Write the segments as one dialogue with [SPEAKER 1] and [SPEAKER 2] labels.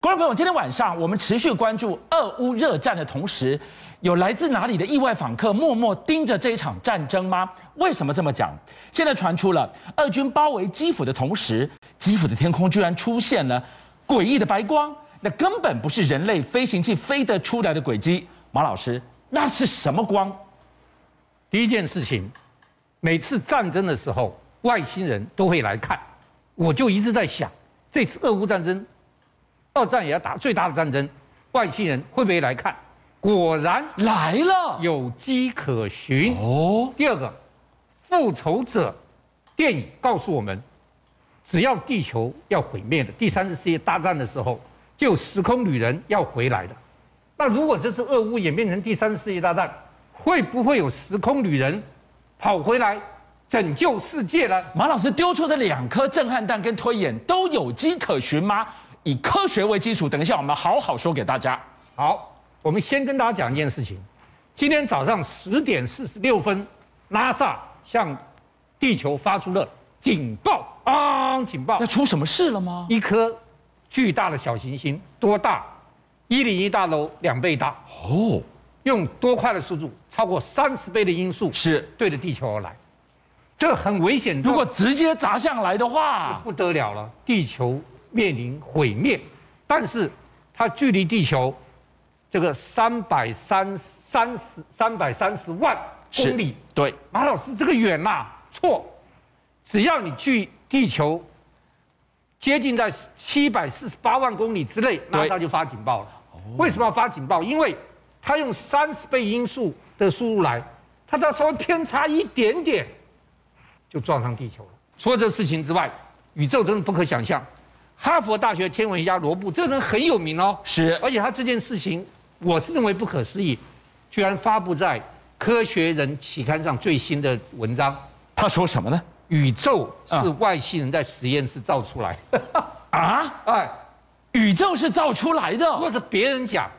[SPEAKER 1] 观众朋友，今天晚上我们持续关注俄乌热战的同时，有来自哪里的意外访客默默盯着这一场战争吗？为什么这么讲？现在传出了俄军包围基辅的同时，基辅的天空居然出现了诡异的白光，那根本不是人类飞行器飞得出来的轨迹。马老师，那是什么光？
[SPEAKER 2] 第一件事情，每次战争的时候，外星人都会来看。我就一直在想，这次俄乌战争，二战也要打最大的战争，外星人会不会来看？果然
[SPEAKER 1] 来了，
[SPEAKER 2] 有迹可循。
[SPEAKER 1] 哦，
[SPEAKER 2] 第二个，《复仇者》电影告诉我们，只要地球要毁灭的第三次世界大战的时候，就有时空旅人要回来的。那如果这次俄乌演变成第三次世界大战，会不会有时空旅人跑回来拯救世界呢？
[SPEAKER 1] 马老师丢出这两颗震撼弹跟推演都有迹可循吗？以科学为基础，等一下我们好好说给大家。
[SPEAKER 2] 好，我们先跟大家讲一件事情。今天早上十点四十六分，拉萨向地球发出了警报啊！警报
[SPEAKER 1] 那，出什么事了吗？
[SPEAKER 2] 一颗巨大的小行星，多大？一零一大楼两倍大，
[SPEAKER 1] 哦，
[SPEAKER 2] 用多快的速度，超过三十倍的音速，
[SPEAKER 1] 是，
[SPEAKER 2] 对着地球而来，这很危险。
[SPEAKER 1] 如果直接砸向来的话，
[SPEAKER 2] 不得了了，地球面临毁灭，但是它距离地球这个三百三三十三百三十万
[SPEAKER 1] 是
[SPEAKER 2] 公里，
[SPEAKER 1] 对，
[SPEAKER 2] 马老师这个远呐、错，只要你距地球接近在七百四十八万公里之内，
[SPEAKER 1] 对
[SPEAKER 2] 那它就发警报了。为什么要发警报？因为它用三十倍音速的速度来，它只要稍微偏差一点点，就撞上地球了。除了这事情之外，宇宙真的不可想象。哈佛大学天文学家罗布，这个人很有名哦，
[SPEAKER 1] 是
[SPEAKER 2] 而且他这件事情，我是认为不可思议，居然发布在《科学人》期刊上最新的文章，
[SPEAKER 1] 他说什么呢？
[SPEAKER 2] 宇宙是
[SPEAKER 1] 嗯
[SPEAKER 2] 外星人在实验室造出来。
[SPEAKER 1] 啊，
[SPEAKER 2] 哎，
[SPEAKER 1] 宇宙是造出来
[SPEAKER 2] 若
[SPEAKER 1] 的，
[SPEAKER 2] 是别人讲，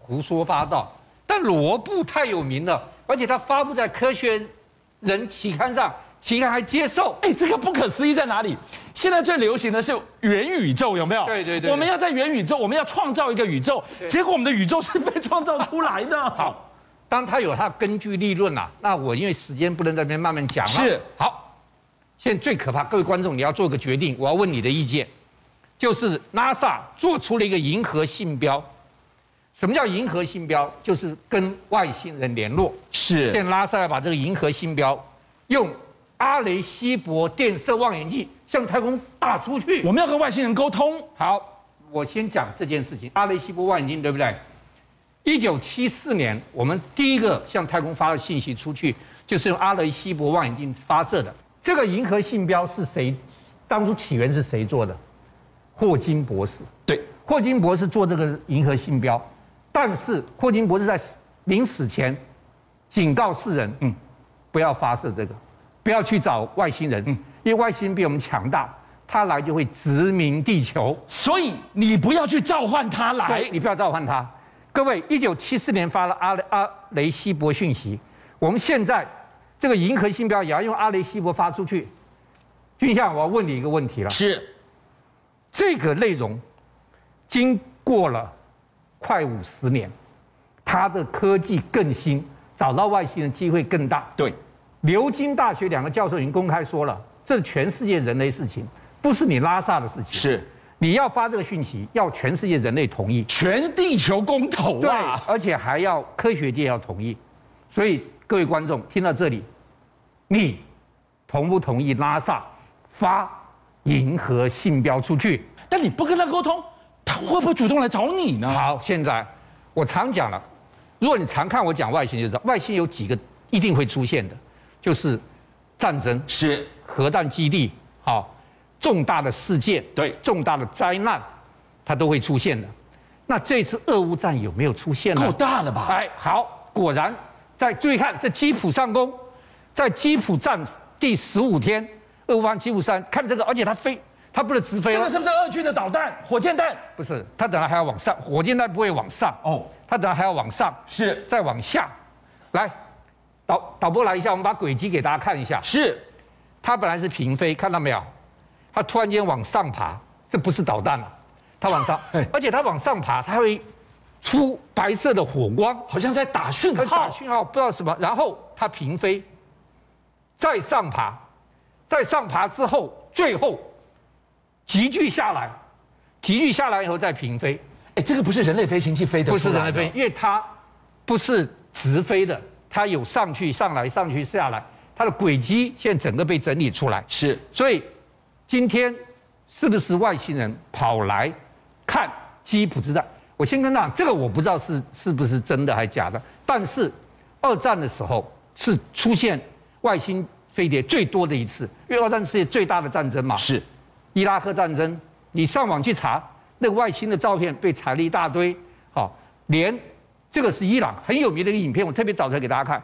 [SPEAKER 2] 胡说八道。但罗布太有名了，而且他发布在《科学人》期刊上，期刊还接受。
[SPEAKER 1] 哎，这个不可思议在哪里？现在最流行的是元宇宙，有没有？
[SPEAKER 2] 对对对
[SPEAKER 1] 我们要在元宇宙，我们要创造一个宇宙，
[SPEAKER 2] 对
[SPEAKER 1] 结果我们的宇宙是被创造出来的。好。
[SPEAKER 2] 当他有他的根据理论啦、那我因为时间不能在这边慢慢讲了。
[SPEAKER 1] 是
[SPEAKER 2] 好，现在最可怕，各位观众，你要做个决定，我要问你的意见，就是 NASA 做出了一个银河信标。什么叫银河信标？就是跟外星人联络。
[SPEAKER 1] 是
[SPEAKER 2] 现在拉萨要把这个银河星标用阿雷西博电射望远镜向太空打出去。
[SPEAKER 1] 我们要跟外星人沟通，
[SPEAKER 2] 好，我先讲这件事情，阿雷西博望远镜对不对？一九七四年，我们第一个向太空发的信息出去，就是用阿雷西博望远镜发射的。这个银河信标是谁？当初起源是谁做的？霍金博士。
[SPEAKER 1] 对，
[SPEAKER 2] 霍金博士做这个银河信标，但是霍金博士在死临死前警告世人，
[SPEAKER 1] 嗯
[SPEAKER 2] 嗯，不要发射这个，不要去找外星人，嗯因为外星人比我们强大，他来就会殖民地球，
[SPEAKER 1] 所以你不要去召唤他来
[SPEAKER 2] 哎对，你不要召唤他。各位，一九七四年发了阿雷阿雷西博讯息，我们现在这个银河信标也要用阿雷西博发出去。俊相，我要问你一个问题了。
[SPEAKER 1] 是
[SPEAKER 2] 这个内容经过了快五十年，它的科技更新，找到外星人机会更大。
[SPEAKER 1] 对，
[SPEAKER 2] 牛津大学两个教授已经公开说了，这是全世界人类事情，不是你拉萨的事情。
[SPEAKER 1] 是
[SPEAKER 2] 你要发这个讯息，要全世界人类同意。
[SPEAKER 1] 全地球公投
[SPEAKER 2] 对
[SPEAKER 1] 啊，，
[SPEAKER 2] 而且还要科学界要同意。所以各位观众听到这里，你同不同意拉萨发银河信标出去？
[SPEAKER 1] 但你不跟他沟通，他会不会主动来找你呢？
[SPEAKER 2] 好，现在我常讲了，如果你常看我讲外星，就知道外星有几个一定会出现的，就是战争、
[SPEAKER 1] 是
[SPEAKER 2] 核弹基地，好、重大的事件，
[SPEAKER 1] 对
[SPEAKER 2] 重大的灾难，它都会出现的。那这次俄乌战有没有出现呢？
[SPEAKER 1] 够大了吧？
[SPEAKER 2] 哎，好，果然在注意看，这基辅上空，在基辅战第十五天，俄乌方基辅上看这个，而且它飞，它不是直飞
[SPEAKER 1] 这
[SPEAKER 2] 了
[SPEAKER 1] 个，是不是俄军的导弹、火箭弹？
[SPEAKER 2] 不是，它等下还要往上，火箭弹不会往上，
[SPEAKER 1] 哦，
[SPEAKER 2] 它等下还要往上，
[SPEAKER 1] 是
[SPEAKER 2] 再往下，来，导导播来一下，我们把轨迹给大家看一下。
[SPEAKER 1] 是，
[SPEAKER 2] 它本来是平飞，看到没有？它突然间往上爬，这不是导弹了、它往上，而且它往上爬，它会出白色的火光，
[SPEAKER 1] 好像在打讯
[SPEAKER 2] 它打
[SPEAKER 1] 号，
[SPEAKER 2] 讯号不知道什么，然后它平飞，再上爬，再上爬之后，最后急剧下来，急剧下来以后再平飞，
[SPEAKER 1] 哎，这个不是人类飞行器飞的，
[SPEAKER 2] 不是人类飞，，因为它不是直飞的，它有上去、上来、上去、下来，它的轨迹现在整个被整理出来。
[SPEAKER 1] 是
[SPEAKER 2] 所以今天是不是外星人跑来看基普之战？我先跟大家讲，这个我不知道是是不是真的还假的，但是二战的时候是出现外星飞碟最多的一次，因为二战世界最大的战争嘛，
[SPEAKER 1] 是，
[SPEAKER 2] 伊拉克战争，你上网去查那个外星的照片被裁了一大堆，好、连这个是伊朗很有名的一个影片，我特别找出来给大家看。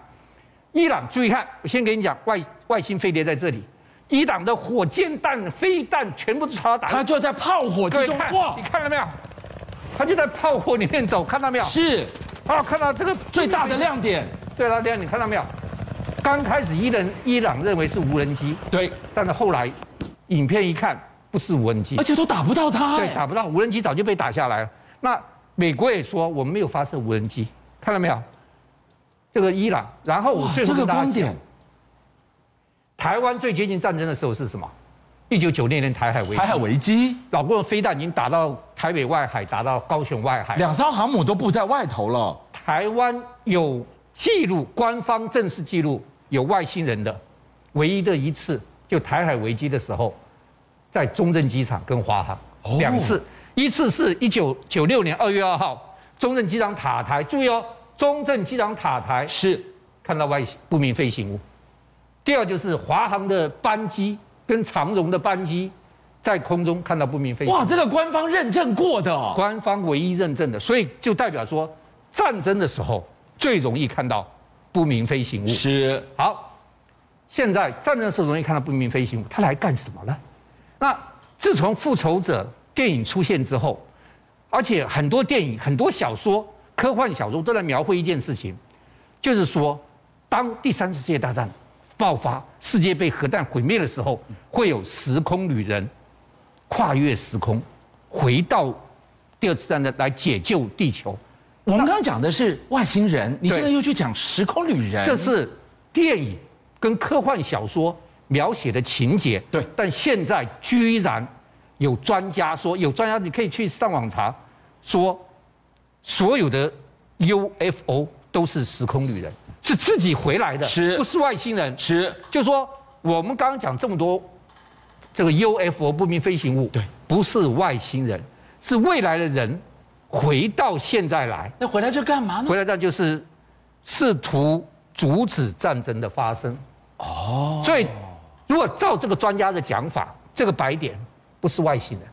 [SPEAKER 2] 伊朗注意看，我先给你讲外外星飞碟在这里，伊朗的火箭弹、飞弹全部都朝他打
[SPEAKER 1] 它
[SPEAKER 2] 来。
[SPEAKER 1] 就在炮火
[SPEAKER 2] 哎各
[SPEAKER 1] 之
[SPEAKER 2] 位
[SPEAKER 1] 中，
[SPEAKER 2] 看
[SPEAKER 1] 哇
[SPEAKER 2] 你，看到没有？他就在炮火里面走，看到没有？
[SPEAKER 1] 是
[SPEAKER 2] 啊，看到这个
[SPEAKER 1] 最大的亮点，
[SPEAKER 2] 对了，亮，你看到没有？刚开始伊人伊朗认为是无人机，
[SPEAKER 1] 对，
[SPEAKER 2] 但是后来影片一看，不是无人机
[SPEAKER 1] 而，且都打不到它，
[SPEAKER 2] 对，
[SPEAKER 1] 哎
[SPEAKER 2] 打不到，无人机早就被打下来了。那美国也说我们没有发射无人机，看到没有？这个伊朗，然后我
[SPEAKER 1] 哇，
[SPEAKER 2] 最后
[SPEAKER 1] 这个
[SPEAKER 2] 跟大家
[SPEAKER 1] 观
[SPEAKER 2] 讲，
[SPEAKER 1] 点，
[SPEAKER 2] 台湾最接近战争的时候是什么？一九九六年台海危机
[SPEAKER 1] 台，海危机，
[SPEAKER 2] 老共的飞弹已经打到台北外海，打到高雄外海。
[SPEAKER 1] 两艘航母都布在外头了，
[SPEAKER 2] 台湾有记录，官方正式记录有外星人的，唯一的一次就台海危机的时候，在中正机场跟华航、
[SPEAKER 1] 哦
[SPEAKER 2] 两次，一次是一九九六年二月二号中正机场塔台，注意哦，中正机场塔台
[SPEAKER 1] 是
[SPEAKER 2] 看到外星不明飞行物。第二就是华航的班机跟长荣的班机在空中看到不明飞行物。
[SPEAKER 1] 哇，这个官方认证过的，
[SPEAKER 2] 官方唯一认证的，所以就代表说，战争的时候最容易看到不明飞行物。
[SPEAKER 1] 是
[SPEAKER 2] 好，现在战争的时候容易看到不明飞行物，它来干什么呢？那自从《复仇者》电影出现之后，而且很多电影、很多小说、科幻小说都在描绘一件事情，就是说，当第三次世界大战爆发，世界被核弹毁灭的时候，会有时空旅人跨越时空，回到第二次战争来解救地球。
[SPEAKER 1] 我们刚刚讲的是外星人，你
[SPEAKER 2] 对
[SPEAKER 1] 现在又去讲时空旅人，
[SPEAKER 2] 这是电影跟科幻小说描写的情节。
[SPEAKER 1] 对
[SPEAKER 2] 但现在居然有专家说，有专家你可以去上网查，说所有的 UFO 都是时空旅人，是自己回来的，
[SPEAKER 1] 是
[SPEAKER 2] 不是外星人？
[SPEAKER 1] 是
[SPEAKER 2] 就说我们刚刚讲这么多，这个 UFO 不明飞行物，
[SPEAKER 1] 对，
[SPEAKER 2] 不是外星人，是未来的人回到现在来。
[SPEAKER 1] 那回来这干嘛呢？
[SPEAKER 2] 回来战就是试图阻止战争的发生。哦，所以如果照这个专家的讲法，这个白点不是外星人，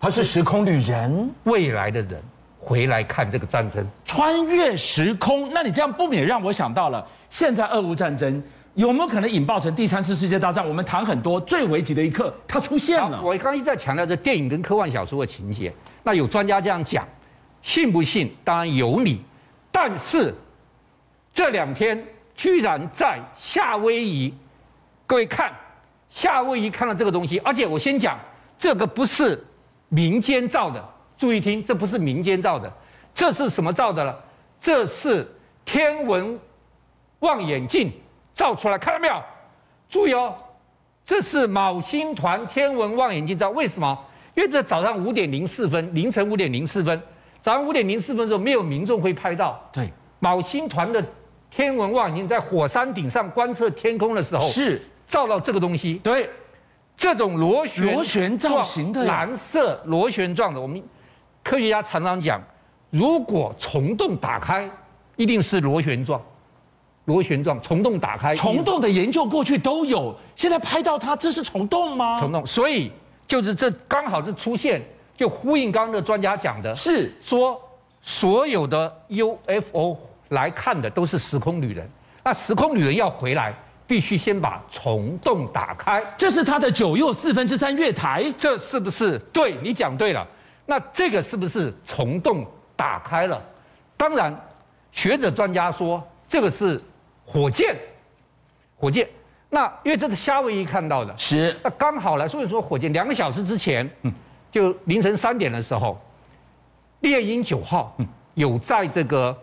[SPEAKER 1] 他是时空旅人，
[SPEAKER 2] 未来的人回来看这个战争。
[SPEAKER 1] 穿越时空。那你这样不免让我想到了，现在俄乌战争有没有可能引爆成第三次世界大战？我们谈很多，最危急的一刻它出现
[SPEAKER 2] 好
[SPEAKER 1] 了。
[SPEAKER 2] 我刚刚一再强调这电影跟科幻小说的情节，那有专家这样讲，信不信当然有理，但是这两天居然在夏威夷，各位看夏威夷看到这个东西，而且我先讲这个不是民间造的，注意听，这不是民间造的，这是什么造的了？这是天文望远镜照出来，看到没有？注意哦，这是昴星团天文望远镜照，为什么？因为这早上五点零四分，凌晨五点零四分，早上五点零四分的时候，没有民众会拍到
[SPEAKER 1] 对，
[SPEAKER 2] 昴星团的天文望远镜在火山顶上观测天空的时候，
[SPEAKER 1] 是，
[SPEAKER 2] 照到这个东西，
[SPEAKER 1] 对，
[SPEAKER 2] 这种螺旋
[SPEAKER 1] 螺旋造型的呀
[SPEAKER 2] 蓝色螺旋状的，我们科学家常常讲，如果虫洞打开，一定是螺旋状，螺旋状虫洞打开，
[SPEAKER 1] 虫洞的研究过去都有，现在拍到它，这是虫洞吗？
[SPEAKER 2] 虫洞，所以就是这刚好是出现，就呼应刚刚的专家讲的，
[SPEAKER 1] 是
[SPEAKER 2] 说所有的 UFO 来看的都是时空旅人，那时空旅人要回来，必须先把虫洞打开。
[SPEAKER 1] 这是它的九又四分之三月台，
[SPEAKER 2] 这是不是对你讲对了？那这个是不是虫洞打开了？当然，学者专家说这个是火箭，火箭。那因为这是夏威夷看到的，
[SPEAKER 1] 是
[SPEAKER 2] 那刚好来，所以说火箭两个小时之前，就凌晨三点的时候，猎鹰九号有在这个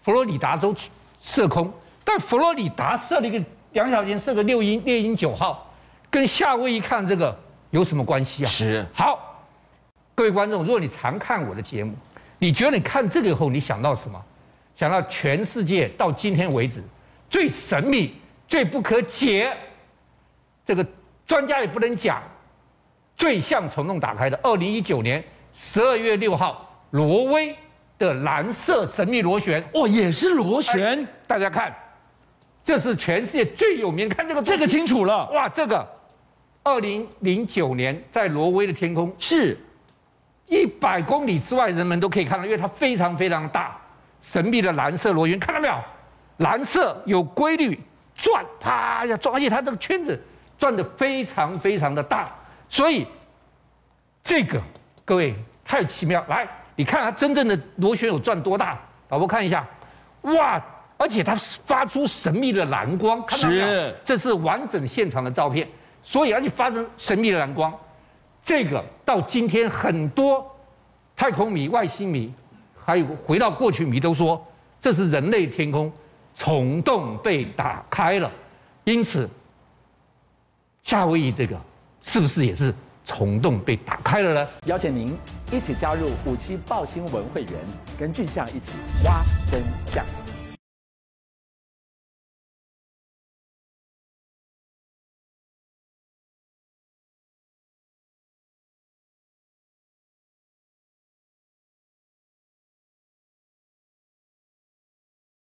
[SPEAKER 2] 佛罗里达州射空，但佛罗里达射了一个两小时前射个六鹰猎鹰九号，跟夏威夷看这个有什么关系啊？
[SPEAKER 1] 是
[SPEAKER 2] 好，各位观众，如果你常看我的节目，你觉得你看这个以后，你想到什么？想到全世界到今天为止最神秘、最不可解，这个专家也不能讲，最像虫洞打开的。二零一九年十二月六号，挪威的蓝色神秘螺旋，
[SPEAKER 1] 哦，也是螺旋，
[SPEAKER 2] 大家看，这是全世界最有名。看这个
[SPEAKER 1] 这个清楚了，
[SPEAKER 2] 哇，这个，二零零九年在挪威的天空，
[SPEAKER 1] 是
[SPEAKER 2] 一百公里之外人们都可以看到，因为它非常非常大，神秘的蓝色螺旋，看到没有？蓝色有规律转，啪一下转，而且它这个圈子转得非常非常的大，所以这个各位太奇妙。来，你看它真正的螺旋有转多大？导播看一下，哇！而且它发出神秘的蓝光，看到没有
[SPEAKER 1] 是？
[SPEAKER 2] 这是完整现场的照片，所以而且发生神秘的蓝光，这个到今天很多太空迷、外星迷，还有回到过去迷都说，这是人类天空虫洞被打开了，因此夏威夷这个是不是也是虫洞被打开了呢？
[SPEAKER 3] 邀请您一起加入虎七报新闻会员，跟俊相一起挖真相。